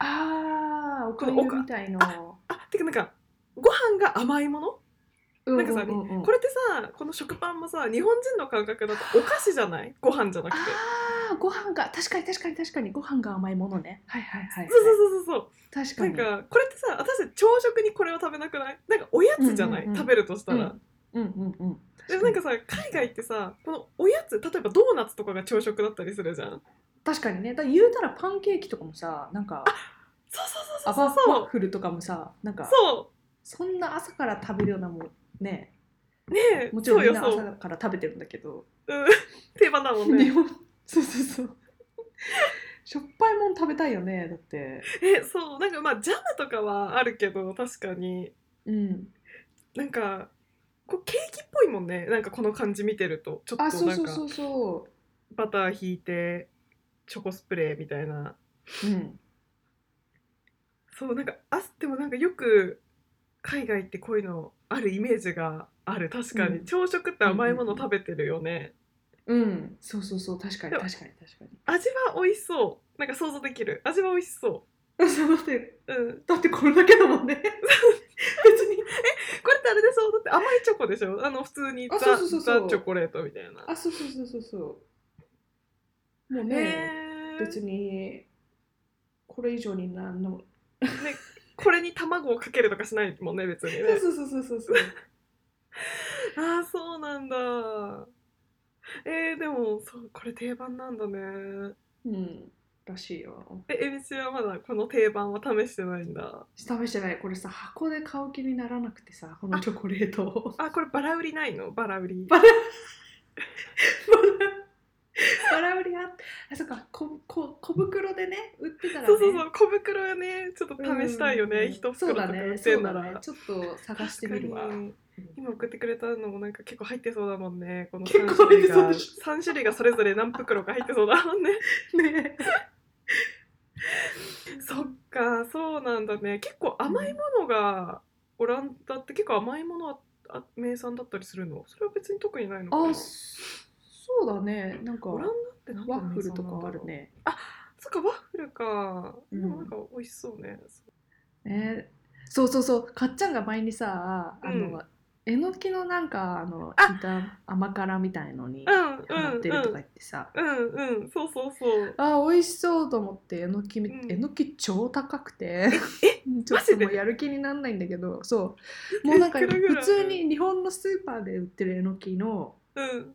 [SPEAKER 4] あーおかゆみたいの
[SPEAKER 3] あてかなんかご飯が甘いもの
[SPEAKER 4] うん
[SPEAKER 3] なんかさ
[SPEAKER 4] うんうんうん
[SPEAKER 3] これってさこの食パンもさ日本人の感覚だとお菓子じゃないご飯じゃなくて
[SPEAKER 4] あーご飯が確かに確かに確かにご飯が甘いものねはいはいはい、はい、
[SPEAKER 3] そうそうそうそう
[SPEAKER 4] 確
[SPEAKER 3] そ
[SPEAKER 4] か
[SPEAKER 3] う
[SPEAKER 4] に
[SPEAKER 3] なんかこれってさ私たち朝食にこれを食べなくないなんかおやつじゃな
[SPEAKER 4] う
[SPEAKER 3] い、
[SPEAKER 4] んうんうん
[SPEAKER 3] 食べるとしたら、
[SPEAKER 4] うんうんうん
[SPEAKER 3] でもなんかさ海外ってさこのおやつ例えばドーナツとかが朝食だったりするじゃん
[SPEAKER 4] 確かにねだ言うたらパンケーキとかもさなんか
[SPEAKER 3] そうそ
[SPEAKER 4] ア
[SPEAKER 3] うそう
[SPEAKER 4] バ
[SPEAKER 3] そうそ
[SPEAKER 4] ワ
[SPEAKER 3] う
[SPEAKER 4] ッフルとかもさなんか
[SPEAKER 3] そ
[SPEAKER 4] そんな朝から食べるようなもんね
[SPEAKER 3] うねえ
[SPEAKER 4] もちろん
[SPEAKER 3] そ
[SPEAKER 4] み
[SPEAKER 3] う
[SPEAKER 4] ん
[SPEAKER 3] よ
[SPEAKER 4] な
[SPEAKER 3] そう
[SPEAKER 4] 朝から食べてるんだけど
[SPEAKER 3] うん定番だもん
[SPEAKER 4] 日
[SPEAKER 3] ね
[SPEAKER 4] 本そうそうそうしょっぱいもん食べたいよねだって
[SPEAKER 3] えそうなんかまあジャムとかはあるけど確かに
[SPEAKER 4] うん
[SPEAKER 3] なんかこうケーキっぽいもんねなんかこの感じ見てるとちょっと
[SPEAKER 4] あそう
[SPEAKER 3] なん
[SPEAKER 4] そう
[SPEAKER 3] か
[SPEAKER 4] そうそ
[SPEAKER 3] バター引いてチョコスプレーみたいな
[SPEAKER 4] ううん
[SPEAKER 3] そうなんかあでもなんかよく海外ってこういうのあるイメージがある確かに、
[SPEAKER 4] うん
[SPEAKER 3] 朝食って甘いもの食べてるよね、
[SPEAKER 4] うんそうそうそう確かに
[SPEAKER 3] でも
[SPEAKER 4] 確かに確かに
[SPEAKER 3] 味は美味しそうなんか想像できる味は美味しそ
[SPEAKER 4] そうだって
[SPEAKER 3] ううん
[SPEAKER 4] だってこれだけだもんね別に
[SPEAKER 3] これってあれでしょだって甘いチョコでしょあの普通にザ
[SPEAKER 4] あそうそうそうそう
[SPEAKER 3] ザチョコレートみたいな
[SPEAKER 4] あそうそうそうそうそうもうね、
[SPEAKER 3] ねえ
[SPEAKER 4] 別にこれ以上になんの
[SPEAKER 3] これに卵をかけるとかしないもんね別にね
[SPEAKER 4] そうそうそうそうそう
[SPEAKER 3] ああそうなんだえー、でもそうこれ定番なんだね
[SPEAKER 4] うんらしいよ
[SPEAKER 3] ええみちはまだこの定番は試してないんだ
[SPEAKER 4] 試してないこれさ箱で買う気にならなくてさこのチョコレートを
[SPEAKER 3] あこれバラ売りないのバラ売り
[SPEAKER 4] バラ売りあっあそっかここ小袋でね売ってたら、ね、
[SPEAKER 3] そうそうそう小袋はねちょっと
[SPEAKER 4] うん
[SPEAKER 3] 試したいよね一
[SPEAKER 4] そ
[SPEAKER 3] 袋
[SPEAKER 4] う
[SPEAKER 3] と
[SPEAKER 4] だ
[SPEAKER 3] か売
[SPEAKER 4] ね
[SPEAKER 3] っ
[SPEAKER 4] そ
[SPEAKER 3] て
[SPEAKER 4] うん
[SPEAKER 3] な
[SPEAKER 4] だ
[SPEAKER 3] ら、
[SPEAKER 4] ねちょっと探してみるわ
[SPEAKER 3] 確かに今送ってくれたのもなんか結構入ってそうだもんねこの
[SPEAKER 4] 結
[SPEAKER 3] 3
[SPEAKER 4] 構
[SPEAKER 3] 種類
[SPEAKER 4] 入っ
[SPEAKER 3] が
[SPEAKER 4] てそう
[SPEAKER 3] 三種類がそれぞれ何袋か入ってそうだも
[SPEAKER 4] [LAUGHS]
[SPEAKER 3] んね
[SPEAKER 4] ね
[SPEAKER 3] そっかそうなんだね結構甘いものがオランダって結構甘いものはあ名産だったりするのそれは別に特にないのかな
[SPEAKER 4] あそうだねなんか
[SPEAKER 3] オランダ
[SPEAKER 4] ワ
[SPEAKER 3] って何
[SPEAKER 4] ッフルとかあるね
[SPEAKER 3] そっかワッフルか、
[SPEAKER 4] うん
[SPEAKER 3] でもなんか美味しそうね
[SPEAKER 4] ねそうそうそうかっちゃんが前にさあの、
[SPEAKER 3] う
[SPEAKER 4] えのきのなんかあの
[SPEAKER 3] あ
[SPEAKER 4] いた甘辛みたいのに
[SPEAKER 3] う
[SPEAKER 4] ハ
[SPEAKER 3] んうん
[SPEAKER 4] マ
[SPEAKER 3] う
[SPEAKER 4] っ
[SPEAKER 3] ん
[SPEAKER 4] てるとか言ってさ、
[SPEAKER 3] うんうんそうそうそう
[SPEAKER 4] あ美味しそうと思ってえのき、み
[SPEAKER 3] うん
[SPEAKER 4] えのき超高く [LAUGHS] てちょ
[SPEAKER 3] マ
[SPEAKER 4] っと
[SPEAKER 3] ジで
[SPEAKER 4] もうやる気になんないんだけどそうもうなんか
[SPEAKER 3] いくらぐら
[SPEAKER 4] 普
[SPEAKER 3] い
[SPEAKER 4] 通に日本のスーパーで売ってるえのきの
[SPEAKER 3] うん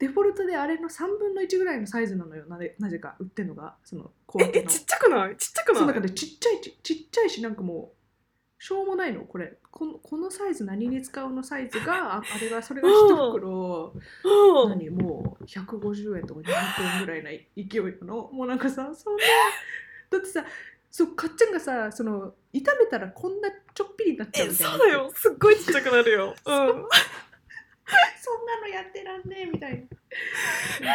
[SPEAKER 4] デフォルトであれの3分の1ぐらいのサイズなのよなぜなぜか売ってるのがその小分
[SPEAKER 3] え
[SPEAKER 4] け
[SPEAKER 3] え
[SPEAKER 4] の
[SPEAKER 3] ちっちゃくないちっちゃく
[SPEAKER 4] そう
[SPEAKER 3] な
[SPEAKER 4] なんかね
[SPEAKER 3] い
[SPEAKER 4] ちっちゃいちちっちゃいしなんかもうしょうもないのこれこのこのサイズ何に使うのサイズがああれがそれが1袋
[SPEAKER 3] うん
[SPEAKER 4] 何もう150円とか200円ぐらいな勢いなのもうなんかさそんなだってさそうかっちゃんがさその炒めたらこんなちょっぴりになっちゃう
[SPEAKER 3] え
[SPEAKER 4] みたいな
[SPEAKER 3] そうだよすっごいちっちゃくなるよ、うん、確かに
[SPEAKER 4] そんなのやってらんねえみたいな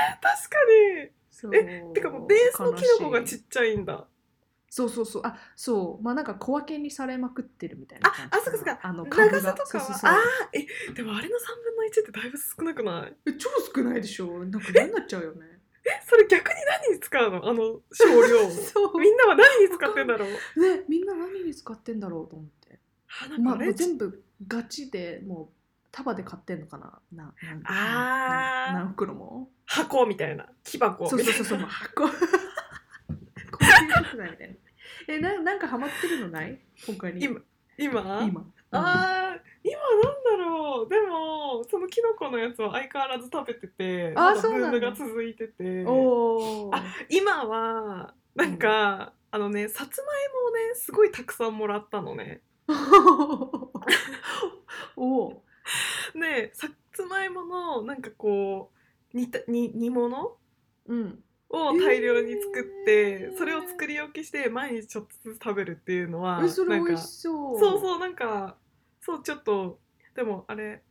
[SPEAKER 4] そう
[SPEAKER 3] えてかもうベースのキノコがち
[SPEAKER 4] 悲しい
[SPEAKER 3] っちゃいんだ
[SPEAKER 4] そうそうそうあそうまあなんか小分けにされまくってるみたいな感じ
[SPEAKER 3] ああそうかそうか
[SPEAKER 4] あの株が
[SPEAKER 3] 長さとか
[SPEAKER 4] そう
[SPEAKER 3] は
[SPEAKER 4] そうそう
[SPEAKER 3] ああーえでもあれの3分の1ってだいぶ少なくない
[SPEAKER 4] え超少ないでしょなんか嫌になっちゃうよね
[SPEAKER 3] [LAUGHS] えそれ逆に何に使うのあの少
[SPEAKER 4] [LAUGHS]
[SPEAKER 3] 量
[SPEAKER 4] そう
[SPEAKER 3] みんなは何に使ってんだろう
[SPEAKER 4] ねみんな何に使ってんだろうと思って
[SPEAKER 3] あなん
[SPEAKER 4] ま
[SPEAKER 3] か
[SPEAKER 4] あも
[SPEAKER 3] あ
[SPEAKER 4] う
[SPEAKER 3] れちっ
[SPEAKER 4] 全部ガチでもう束で買ってんのかなななん
[SPEAKER 3] あー
[SPEAKER 4] な何袋も
[SPEAKER 3] 箱みたいな木箱み
[SPEAKER 4] そ
[SPEAKER 3] た
[SPEAKER 4] う
[SPEAKER 3] いな
[SPEAKER 4] そうそうそうもう
[SPEAKER 3] [LAUGHS]
[SPEAKER 4] 箱こういうことだみたいなえななんかハマってるのない他に
[SPEAKER 3] 今今
[SPEAKER 4] 今
[SPEAKER 3] あー今なんだろうでもそのキノコのやつは相変わらず食べてて
[SPEAKER 4] あー
[SPEAKER 3] まだ
[SPEAKER 4] そうなんだ
[SPEAKER 3] ブームが続いてて
[SPEAKER 4] うんおお
[SPEAKER 3] あ今はなんか、あのねさつまいもをねすごいたくさんもらったのね。
[SPEAKER 4] [LAUGHS] おー
[SPEAKER 3] でさつまいものなんかこう煮た煮煮物
[SPEAKER 4] うん
[SPEAKER 3] を大量に作って、
[SPEAKER 4] えー
[SPEAKER 3] それを作り置きして毎日ちょっとずつ食べるっていうのは
[SPEAKER 4] えそれ
[SPEAKER 3] なん
[SPEAKER 4] 美味
[SPEAKER 3] か
[SPEAKER 4] しそう
[SPEAKER 3] そう
[SPEAKER 4] う
[SPEAKER 3] そうなんかそうちょっとでもあれ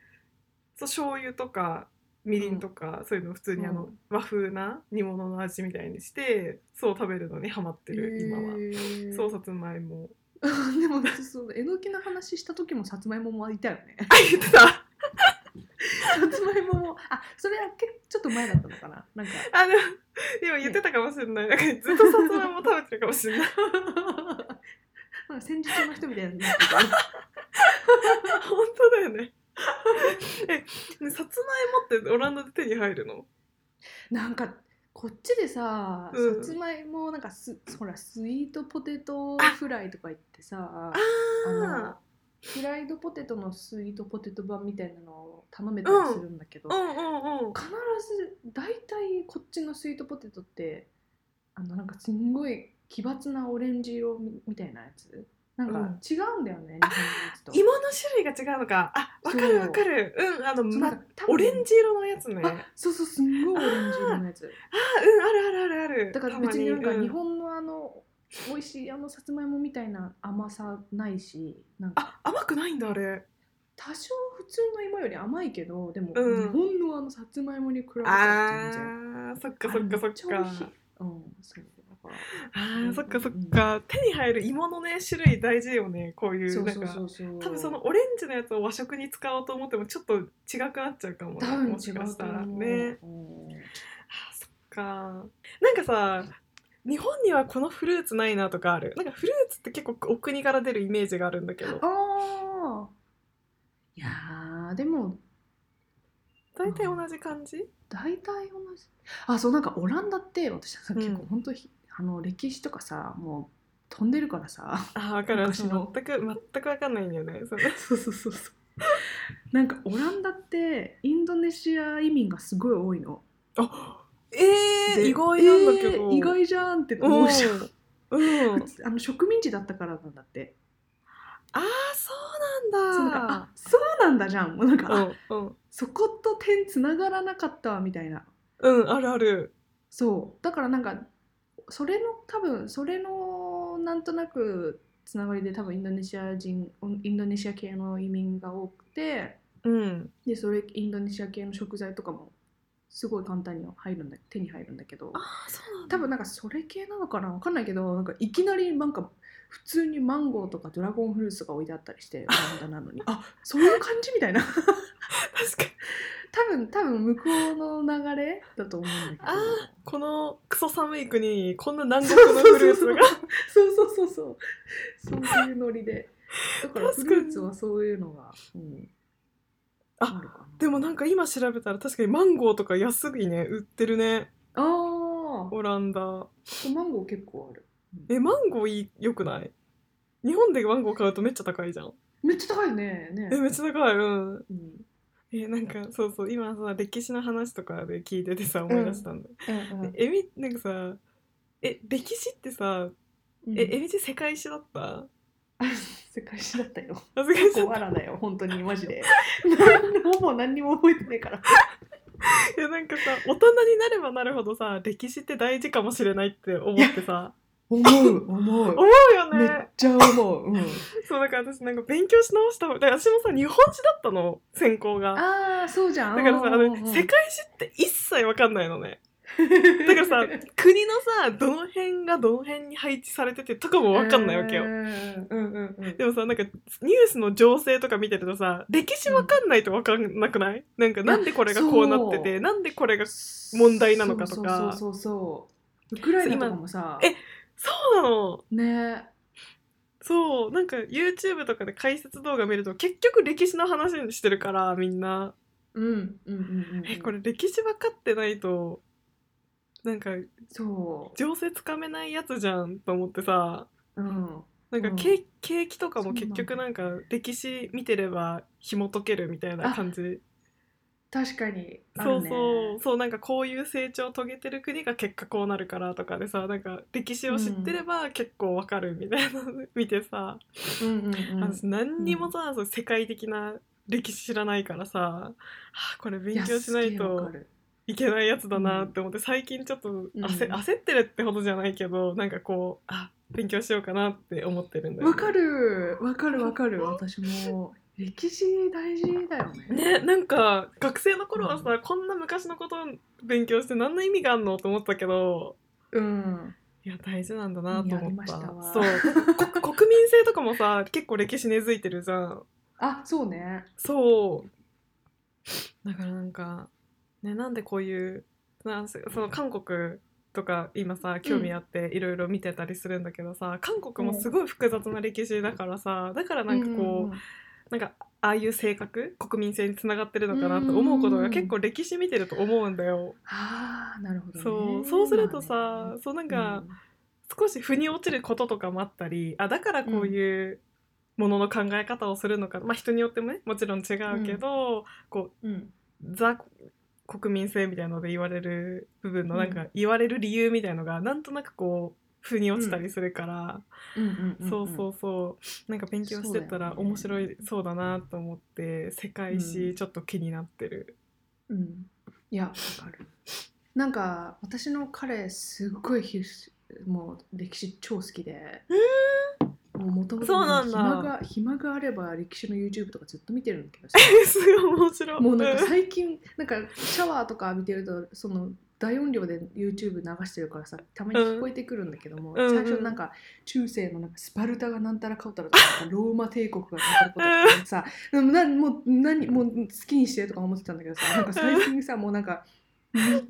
[SPEAKER 3] そう醤油とかみりんとか、そういうの普通にあの、
[SPEAKER 4] うん
[SPEAKER 3] 和風な煮物の味みたいにしてそう食べるのにハマってる、今は
[SPEAKER 4] は
[SPEAKER 3] そうさつまいも
[SPEAKER 4] [LAUGHS] でも私そうえのきの話した時もさつまいももいたよね [LAUGHS]
[SPEAKER 3] あ言ってた
[SPEAKER 4] さつまいももあそれはけちょっと前だったのかななんか
[SPEAKER 3] あの今言ってたかもしれないなんかずっとさつまいも食べてるかもしれない
[SPEAKER 4] なんか戦時中の人みたいになって
[SPEAKER 3] [LAUGHS] 本当だよね [LAUGHS] えねさつまいもってオランダで手に入るの
[SPEAKER 4] たなんかこっちでさ、
[SPEAKER 3] うん
[SPEAKER 4] さつまいもなんかすほらスイートポテトフライとか言ってさ
[SPEAKER 3] あ
[SPEAKER 4] あの
[SPEAKER 3] あ
[SPEAKER 4] フライドポテトのスイートポテト版みたいなのを頼めたりするんだけど、
[SPEAKER 3] うんうんうん
[SPEAKER 4] 必ず大体こっちのスイートポテトってあのなんかすんごい奇抜なオレンジ色みみたいなやつなんか
[SPEAKER 3] うん
[SPEAKER 4] 違うんだよね、
[SPEAKER 3] あ
[SPEAKER 4] 日本のやつと
[SPEAKER 3] 芋の種類が違うのかあわか
[SPEAKER 4] そう
[SPEAKER 3] るわかるうんあの、
[SPEAKER 4] そう
[SPEAKER 3] ま
[SPEAKER 4] なんか多分
[SPEAKER 3] オレンジ色のやつねあうんあ
[SPEAKER 4] あそうそうすんごいオレンジ色のやつ
[SPEAKER 3] るあるあるある
[SPEAKER 4] だから
[SPEAKER 3] たま
[SPEAKER 4] 別になんか
[SPEAKER 3] うん
[SPEAKER 4] 日本のあの美味しいあのさつまいもみたいな甘さないしなんか
[SPEAKER 3] あ甘くないんだあれ
[SPEAKER 4] 多少普通の芋より甘いけどでも日
[SPEAKER 3] うん
[SPEAKER 4] 本のあのさつまいもに比べたら全然
[SPEAKER 3] あーそっかそっかそ
[SPEAKER 4] あれ
[SPEAKER 3] っ
[SPEAKER 4] めちゃ美
[SPEAKER 3] か
[SPEAKER 4] 味しいうんそうだから
[SPEAKER 3] あーそっかそっか手に入る芋のね種類大事よねこうい
[SPEAKER 4] そうう
[SPEAKER 3] なん
[SPEAKER 4] そうそ
[SPEAKER 3] か
[SPEAKER 4] うそう
[SPEAKER 3] 多分そのオレンジのやつを和食に使おうと思ってもちょっと違くなっちゃうかもね
[SPEAKER 4] 多分違
[SPEAKER 3] もしか
[SPEAKER 4] う
[SPEAKER 3] した
[SPEAKER 4] と
[SPEAKER 3] ら
[SPEAKER 4] 思う
[SPEAKER 3] ね
[SPEAKER 4] うん
[SPEAKER 3] あーそっかなんかさ日本にはこのフルーツないなとかあるなんかフルーツって結構お国から出るイメージがあるんだけど
[SPEAKER 4] ああいやーでも
[SPEAKER 3] 大体同じ感じ
[SPEAKER 4] 大体同じあそうなんかオランダって私は
[SPEAKER 3] うん
[SPEAKER 4] 結構本当、ひあの歴史とかさもう飛んでるからさ
[SPEAKER 3] あーわかる
[SPEAKER 4] 昔
[SPEAKER 3] 私
[SPEAKER 4] の
[SPEAKER 3] 全く全くわかんないんだよねそれ
[SPEAKER 4] そうそうそうそうなんかオランダってインドネシア移民がすごい多いの
[SPEAKER 3] あえー、
[SPEAKER 4] で
[SPEAKER 3] 意外なんだけど、
[SPEAKER 4] えー意外じゃんって思うじゃん
[SPEAKER 3] うん、うん、
[SPEAKER 4] あの植民地だったからなんだって
[SPEAKER 3] ああそうな
[SPEAKER 4] そうなんんか
[SPEAKER 3] だ
[SPEAKER 4] あそうなんだじゃんもうなんか、あ
[SPEAKER 3] うんうん
[SPEAKER 4] そこと点つながらなかったわみたいな
[SPEAKER 3] うんあるある
[SPEAKER 4] そうだからなんかそれの多分それのなんとなくつながりで多分インドネシア人インドネシア系の移民が多くて
[SPEAKER 3] うん
[SPEAKER 4] でそれインドネシア系の食材とかもすごい簡単に入るんだ手に入るんだけど
[SPEAKER 3] あそうなん
[SPEAKER 4] 多分なんかそれ系なのかなわかんないけどなんかいきなりなんか普通にマンゴーとかドラゴンフルーツが置いてあったりして [LAUGHS] オランダなのにあそういう感じみたいな
[SPEAKER 3] 確かに
[SPEAKER 4] 多分多分向こうの流れだと思うんだけど
[SPEAKER 3] あーこのクソ寒い国にこんな南国のフルーツが
[SPEAKER 4] そうそうそうそうそういうノリでだからフ
[SPEAKER 3] 確かに
[SPEAKER 4] ルーツはそういうのが、うん、
[SPEAKER 3] あ
[SPEAKER 4] るかな
[SPEAKER 3] でもなんか今調べたら確かにマンゴーとか安いね売ってるね
[SPEAKER 4] あー
[SPEAKER 3] オランダ
[SPEAKER 4] マンゴー結構ある
[SPEAKER 3] えマンゴーいいよくない日本でマンゴー買うとめっちゃ高いじゃん
[SPEAKER 4] めっちゃ高いねね
[SPEAKER 3] えめっちゃ高いうん
[SPEAKER 4] うん
[SPEAKER 3] [LAUGHS] えなんかそうそう今さ歴史の話とかで聞いててさ思い出したんだ、
[SPEAKER 4] うんうん
[SPEAKER 3] えみなんかさえ歴史ってさ
[SPEAKER 4] うん
[SPEAKER 3] ええみち世界史だった
[SPEAKER 4] [LAUGHS] 世界史だったよ
[SPEAKER 3] あ世界
[SPEAKER 4] 結
[SPEAKER 3] 史
[SPEAKER 4] 構わらだよ本当にマ
[SPEAKER 3] [LAUGHS]
[SPEAKER 4] ジで何ほぼ何にも覚えてないから
[SPEAKER 3] いやなんかさ大人になればなるほどさ歴史って大事かもしれないって思ってさ
[SPEAKER 4] 思う思
[SPEAKER 3] 思
[SPEAKER 4] う
[SPEAKER 3] うよ
[SPEAKER 4] めっ
[SPEAKER 3] ね
[SPEAKER 4] ちゃ思う、うん、
[SPEAKER 3] そうだから私なんか勉強し直した方が私もさ日本史だったの専攻が
[SPEAKER 4] ああそうじゃ
[SPEAKER 3] だ
[SPEAKER 4] ん
[SPEAKER 3] からさ
[SPEAKER 4] う
[SPEAKER 3] あ
[SPEAKER 4] ん
[SPEAKER 3] の
[SPEAKER 4] うんうん
[SPEAKER 3] 世界史って一切わかんないのねだか
[SPEAKER 4] [LAUGHS]
[SPEAKER 3] らさ国のさどの辺がどの辺に配置されててとかもわかんないわけよ、
[SPEAKER 4] うんうんうんうん
[SPEAKER 3] でもさなんかニュースの情勢とか見てるとさ歴史わかんないとわかんなくない、なんかなんでこれがこうなって
[SPEAKER 4] い
[SPEAKER 3] てなんでこれが問題なのかとか
[SPEAKER 4] そうそうそうそうウクライナとかもさ
[SPEAKER 3] 今そうなの
[SPEAKER 4] ね
[SPEAKER 3] そうなんか YouTube とかで解説動画見ると結局歴史の話してるからみんな
[SPEAKER 4] うんうんうんうん
[SPEAKER 3] えこれ歴史分かってないとなんか
[SPEAKER 4] そ
[SPEAKER 3] 情勢つかめないやつじゃんと思ってさ
[SPEAKER 4] ううん
[SPEAKER 3] なんか
[SPEAKER 4] うん
[SPEAKER 3] け、景気とかも結
[SPEAKER 4] そ
[SPEAKER 3] 局
[SPEAKER 4] うな
[SPEAKER 3] なんか歴史見てれば紐解けるみたいな感じ
[SPEAKER 4] 確かにあ
[SPEAKER 3] そ
[SPEAKER 4] る
[SPEAKER 3] う
[SPEAKER 4] ね
[SPEAKER 3] そうそうなんかこういう成長を遂げてる国が結果こうなるからとかでさなんか歴史を知ってれば結構わかるみたいなの [LAUGHS] 見てさ、
[SPEAKER 4] うんうんうん
[SPEAKER 3] 私何にもさ、そう世界的な歴史知らないからさ、はあ、これ勉強しない
[SPEAKER 4] やすげえわか
[SPEAKER 3] と
[SPEAKER 4] る
[SPEAKER 3] いけないやつだなって思って、最近ちょっと焦,、
[SPEAKER 4] うん
[SPEAKER 3] 焦ってるってほどじゃないけどなんかこうあ勉強しようかなって思ってるんだよ
[SPEAKER 4] わかるわかるわかる私も歴史大事だよ
[SPEAKER 3] ね
[SPEAKER 4] ね
[SPEAKER 3] なんか学生の頃はさ、こんな昔のこと勉強して何の意味があんのと思ったけど
[SPEAKER 4] うん
[SPEAKER 3] いや大事なんだなと
[SPEAKER 4] やり
[SPEAKER 3] 思っ
[SPEAKER 4] ましたたわ
[SPEAKER 3] そうこ国民性とかもさ結構歴史根付いてるじゃん
[SPEAKER 4] あそうね
[SPEAKER 3] そうだからなんか、ね、なんでこういうなんせその韓国とか今さ興味あっていろいろ見てたりするんだけどさ、韓国もすごい複雑な歴史だからさだからなんかこう、
[SPEAKER 4] んんん
[SPEAKER 3] なんかああいう性格国民性につながってるのかなと思うことが結構歴史見てると思うんだよ。
[SPEAKER 4] ああなるほどね
[SPEAKER 3] そうそうするとさ、そうなん
[SPEAKER 4] まあ
[SPEAKER 3] か少し腑に落ちることとかもあったりあだからこういうものの考え方をするのか、まあ人によってもねもちろん違うけど、こう
[SPEAKER 4] ねうん
[SPEAKER 3] ザ国民性みたいので言われる部分の
[SPEAKER 4] うん
[SPEAKER 3] なんか言われる理由みたいのがなんとなくこう腑に落ちたりするから、そうそうそうなんか勉強して
[SPEAKER 4] そう
[SPEAKER 3] たら
[SPEAKER 4] だよね
[SPEAKER 3] 面白いそうだなと思って世界
[SPEAKER 4] う
[SPEAKER 3] 史
[SPEAKER 4] ん
[SPEAKER 3] ちょっと気になってる。
[SPEAKER 4] うん、いやわかるなんか私の彼すっごいひもう歴史超好きでもう元々
[SPEAKER 3] そうなんだ
[SPEAKER 4] 暇が暇があれば歴史の YouTube とかずっと見てるんだけど
[SPEAKER 3] すごい面白い。
[SPEAKER 4] もうなんか最近なんかシャワーとか浴びてるとその大音量で YouTube 流してるからさたまに聞こえてくるんだけども、
[SPEAKER 3] うん
[SPEAKER 4] 最初なんか中世のなんかスパルタがなんたらかうたらとかなんかローマ帝国がなんたらこうたらとかさ、でもなもう何もう好きにしてとか思ってたんだ
[SPEAKER 3] [LAUGHS]
[SPEAKER 4] けどさなんか最近さもうなんか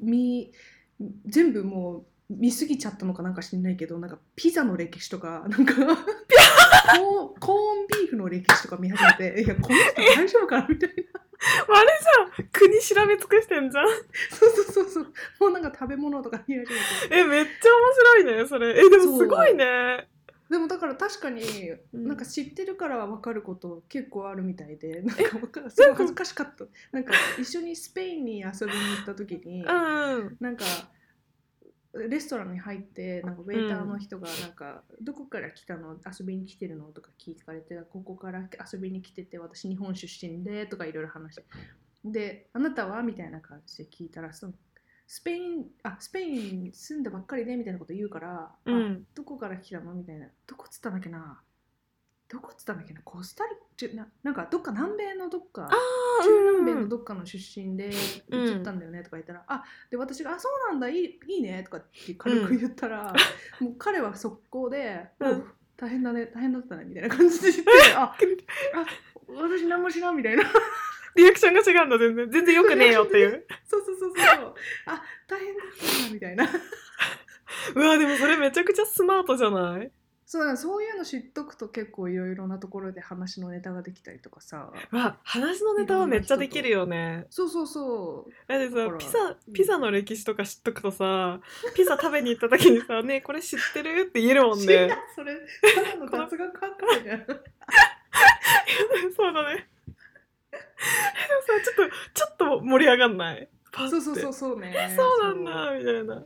[SPEAKER 4] みみ全部もう見すぎちゃったのかなんか知んないけどなんかピザの歴史とかなんか
[SPEAKER 3] [LAUGHS]
[SPEAKER 4] コーンコーンビーフの歴史とか見始めていやこの人大丈夫かなみたいな。
[SPEAKER 3] あれじゃん国調べ尽くしてんじゃん。
[SPEAKER 4] そうそうそうそう。もうなんか食べ物とか見始めて。
[SPEAKER 3] えめっちゃ面白いねそれ。えでもすごいね。
[SPEAKER 4] でもだから確かに
[SPEAKER 3] うん
[SPEAKER 4] なんか知ってるから分かること結構あるみたいで、なんかわかすごい恥ずかしかった。なんか一緒にスペインに遊びに行った時に、
[SPEAKER 3] うん。
[SPEAKER 4] なんか。レストランに入ってなんかウェイターの人がなんか、どこから来たの遊びに来てるのとか聞かれてここから遊びに来てて私日本出身でとかいろいろ話してであなたはみたいな感じで聞いたらそのスペインあスペインに住んでばっかりでみたいなこと言うから、あ
[SPEAKER 3] うん
[SPEAKER 4] どこから来たのみたいなどこっつったんだっけなどこっつったんだっけなコスタリちゅななんかどっか南米のどっか中南米のどっかの出身で
[SPEAKER 3] うん
[SPEAKER 4] 移ったんだよねとか言ったら、あで私が「あそうなんだいいいいね」とかって軽く言った
[SPEAKER 3] [LAUGHS]
[SPEAKER 4] ら、もう彼は速攻で「
[SPEAKER 3] うん
[SPEAKER 4] お大変だね大変だったね」みたいな感じで言って
[SPEAKER 3] [LAUGHS]
[SPEAKER 4] 「ああ私何も知らん」みたいな
[SPEAKER 3] リアクションが違うんだ全然全然よくねえよって
[SPEAKER 4] [LAUGHS]
[SPEAKER 3] いう。
[SPEAKER 4] そうそうそうそうあ大変だったなみたいな
[SPEAKER 3] うわでもそれめちゃくちゃスマートじゃない
[SPEAKER 4] そうだそういうの知っとくと結構いろいろなところで話のネタができたりとかさ
[SPEAKER 3] わ話のネタはめっちゃできるよね
[SPEAKER 4] そうそうそう
[SPEAKER 3] だって
[SPEAKER 4] だ
[SPEAKER 3] さ
[SPEAKER 4] から
[SPEAKER 3] ピザピザの歴史とか知っとくとさピザ食べに行った時に
[SPEAKER 4] [LAUGHS]
[SPEAKER 3] さ「ねえこれ知ってる?」って言えるもん
[SPEAKER 4] 知らん
[SPEAKER 3] ね
[SPEAKER 4] それただの雑学感覚じゃ
[SPEAKER 3] [LAUGHS]
[SPEAKER 4] ん
[SPEAKER 3] そうだねでもさちょっとちょっと盛り上がんないパッ
[SPEAKER 4] そ
[SPEAKER 3] て
[SPEAKER 4] うそうそうそうね
[SPEAKER 3] そうなんだみたいな
[SPEAKER 4] ね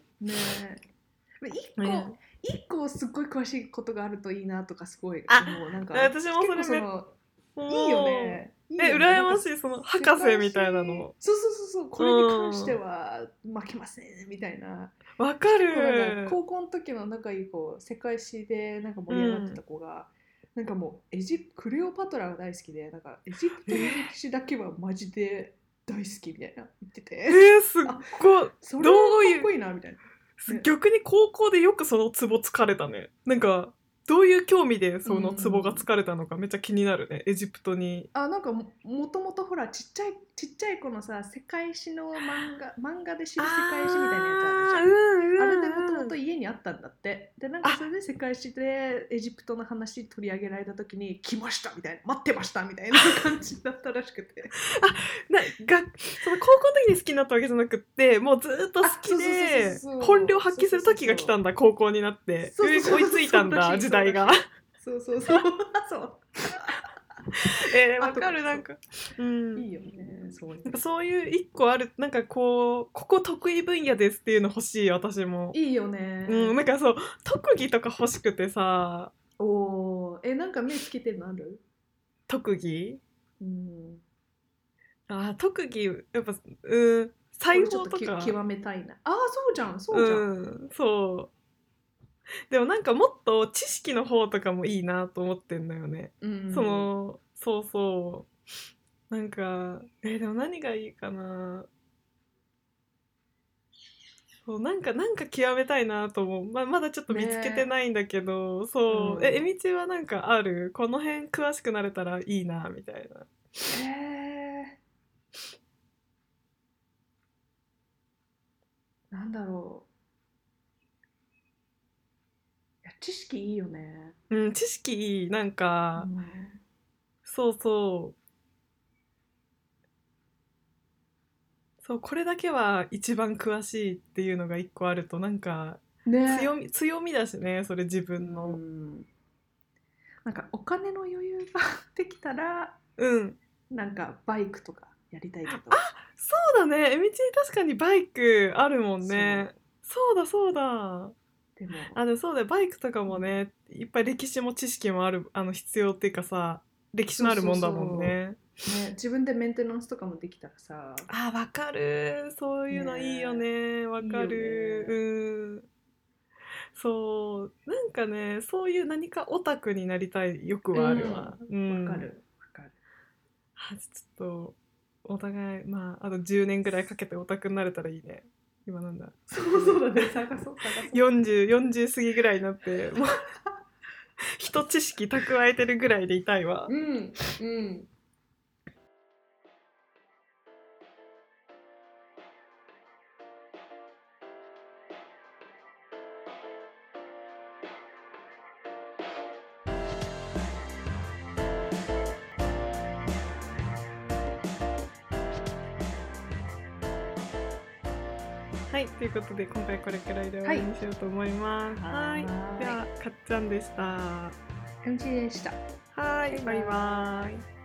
[SPEAKER 4] え一個、
[SPEAKER 3] ね
[SPEAKER 4] 一個すっごい詳しいことがあるといいなとかすごい
[SPEAKER 3] あ
[SPEAKER 4] もうなんか
[SPEAKER 3] 私もそれ
[SPEAKER 4] 結構
[SPEAKER 3] め
[SPEAKER 4] の
[SPEAKER 3] もう
[SPEAKER 4] いいよねいいよね
[SPEAKER 3] え羨ましいそ
[SPEAKER 4] な
[SPEAKER 3] の
[SPEAKER 4] んか
[SPEAKER 3] 博士みたいなの
[SPEAKER 4] そうそうそうそうこれに関しては負けませんみたいな
[SPEAKER 3] わか
[SPEAKER 4] 結構なん
[SPEAKER 3] る
[SPEAKER 4] か高校の時の仲いい子世界史でなんか盛り上がってた子が、なんかもうエジプクレオパトラが大好きでなんかエジプトの歴史だけはマジで大好きみたいな言って
[SPEAKER 3] え
[SPEAKER 4] て
[SPEAKER 3] ー、すっごい
[SPEAKER 4] それは
[SPEAKER 3] どういう
[SPEAKER 4] かっこいいなみたいなね
[SPEAKER 3] 逆に高校でよくそのツボつかれたねなんかどういう興味でそのツボがつかれたのかめっちゃ気になるねエジプトに
[SPEAKER 4] あなんかももともとほらちっちゃいちっちゃい子のさ世界史の漫画漫画で知る世界史みたいなやつあるじゃん。あれでもともと家にあったんだってでなんか
[SPEAKER 3] あ
[SPEAKER 4] それで世界史でエジプトの話取り上げられた時に「来ました」みたいな「待ってました」みた
[SPEAKER 3] [LAUGHS]
[SPEAKER 4] いな感じだったらしくて
[SPEAKER 3] ながその高校の時に好きになったわけじゃなくってもうずーっと好き
[SPEAKER 4] あ
[SPEAKER 3] で
[SPEAKER 4] そうそうそうそう
[SPEAKER 3] 本領発揮する時が来たんだ高校になって
[SPEAKER 4] そうそうそう
[SPEAKER 3] 追いついたん
[SPEAKER 4] そうそ
[SPEAKER 3] だ
[SPEAKER 4] うそう
[SPEAKER 3] 時
[SPEAKER 4] [LAUGHS]
[SPEAKER 3] 代が
[SPEAKER 4] そうそう
[SPEAKER 3] [LAUGHS]
[SPEAKER 4] そうそう
[SPEAKER 3] えー
[SPEAKER 4] あ
[SPEAKER 3] わ
[SPEAKER 4] と
[SPEAKER 3] かるなんかうん
[SPEAKER 4] いいよねそういう
[SPEAKER 3] なんか
[SPEAKER 4] の
[SPEAKER 3] そういう一個あるなんかこうここ得意分野ですっていうの欲しい私も
[SPEAKER 4] いいよね、
[SPEAKER 3] うんなんかそう特技とか欲しくてさ
[SPEAKER 4] おーえなんか目つけてるのある、
[SPEAKER 3] 特技
[SPEAKER 4] うん、
[SPEAKER 3] あー特技やっぱうん裁縫と
[SPEAKER 4] これちょっ
[SPEAKER 3] か
[SPEAKER 4] き極めたいなああそうじゃんそうじゃん、
[SPEAKER 3] うんそうでもなんかもっと知識の方とかもいいなと思ってんだよね、
[SPEAKER 4] うん
[SPEAKER 3] そのそうそうなんかえでも何がいいかなそうなんかなんか極めたいなと思うままだちょっと見つけてないんだけど、そう、
[SPEAKER 4] うん
[SPEAKER 3] ええみちはなんかあるこの辺詳しくなれたらいいなみたいな
[SPEAKER 4] えー、なんだろういや知識いいよね、
[SPEAKER 3] うん知識いいなんか、
[SPEAKER 4] うん
[SPEAKER 3] そうそう。そう、これだけは一番詳しいっていうのが一個あると、なんか
[SPEAKER 4] ね
[SPEAKER 3] 強み、強みだしね、それ自分
[SPEAKER 4] う
[SPEAKER 3] の。
[SPEAKER 4] んなんかお金の余裕ができたら
[SPEAKER 3] うん。
[SPEAKER 4] なんかバイクとかやりたいけど
[SPEAKER 3] そうだね。えみち確かにバイクあるもんね。そうだそうだ。
[SPEAKER 4] でも
[SPEAKER 3] あのそうだよバイクとかもねいっぱい歴史も知識もあるあの必要っていうかさ歴史のあるもんだもんね。
[SPEAKER 4] ね、自分でメンテナンスとかもできたらさ
[SPEAKER 3] あーわかるそういうのいいよねわ、かる
[SPEAKER 4] いい
[SPEAKER 3] うんそうなんかねそういう何かオタクになりたい欲はあるわ。うん
[SPEAKER 4] わかるわかる
[SPEAKER 3] あちょっとお互いまああと10年ぐらいかけてオタクになれたらいいね今なんだ
[SPEAKER 4] そうそうだね探そう探そう
[SPEAKER 3] 4040過ぎぐらいになってもう人知識蓄えてるぐらいでいたいわ
[SPEAKER 4] うんうん
[SPEAKER 3] はいということで今回これくらいで終わりにしようと思いますはい
[SPEAKER 4] ーい
[SPEAKER 3] ではかっちゃんでしたは
[SPEAKER 4] 感じでした
[SPEAKER 3] ーいバイバーイ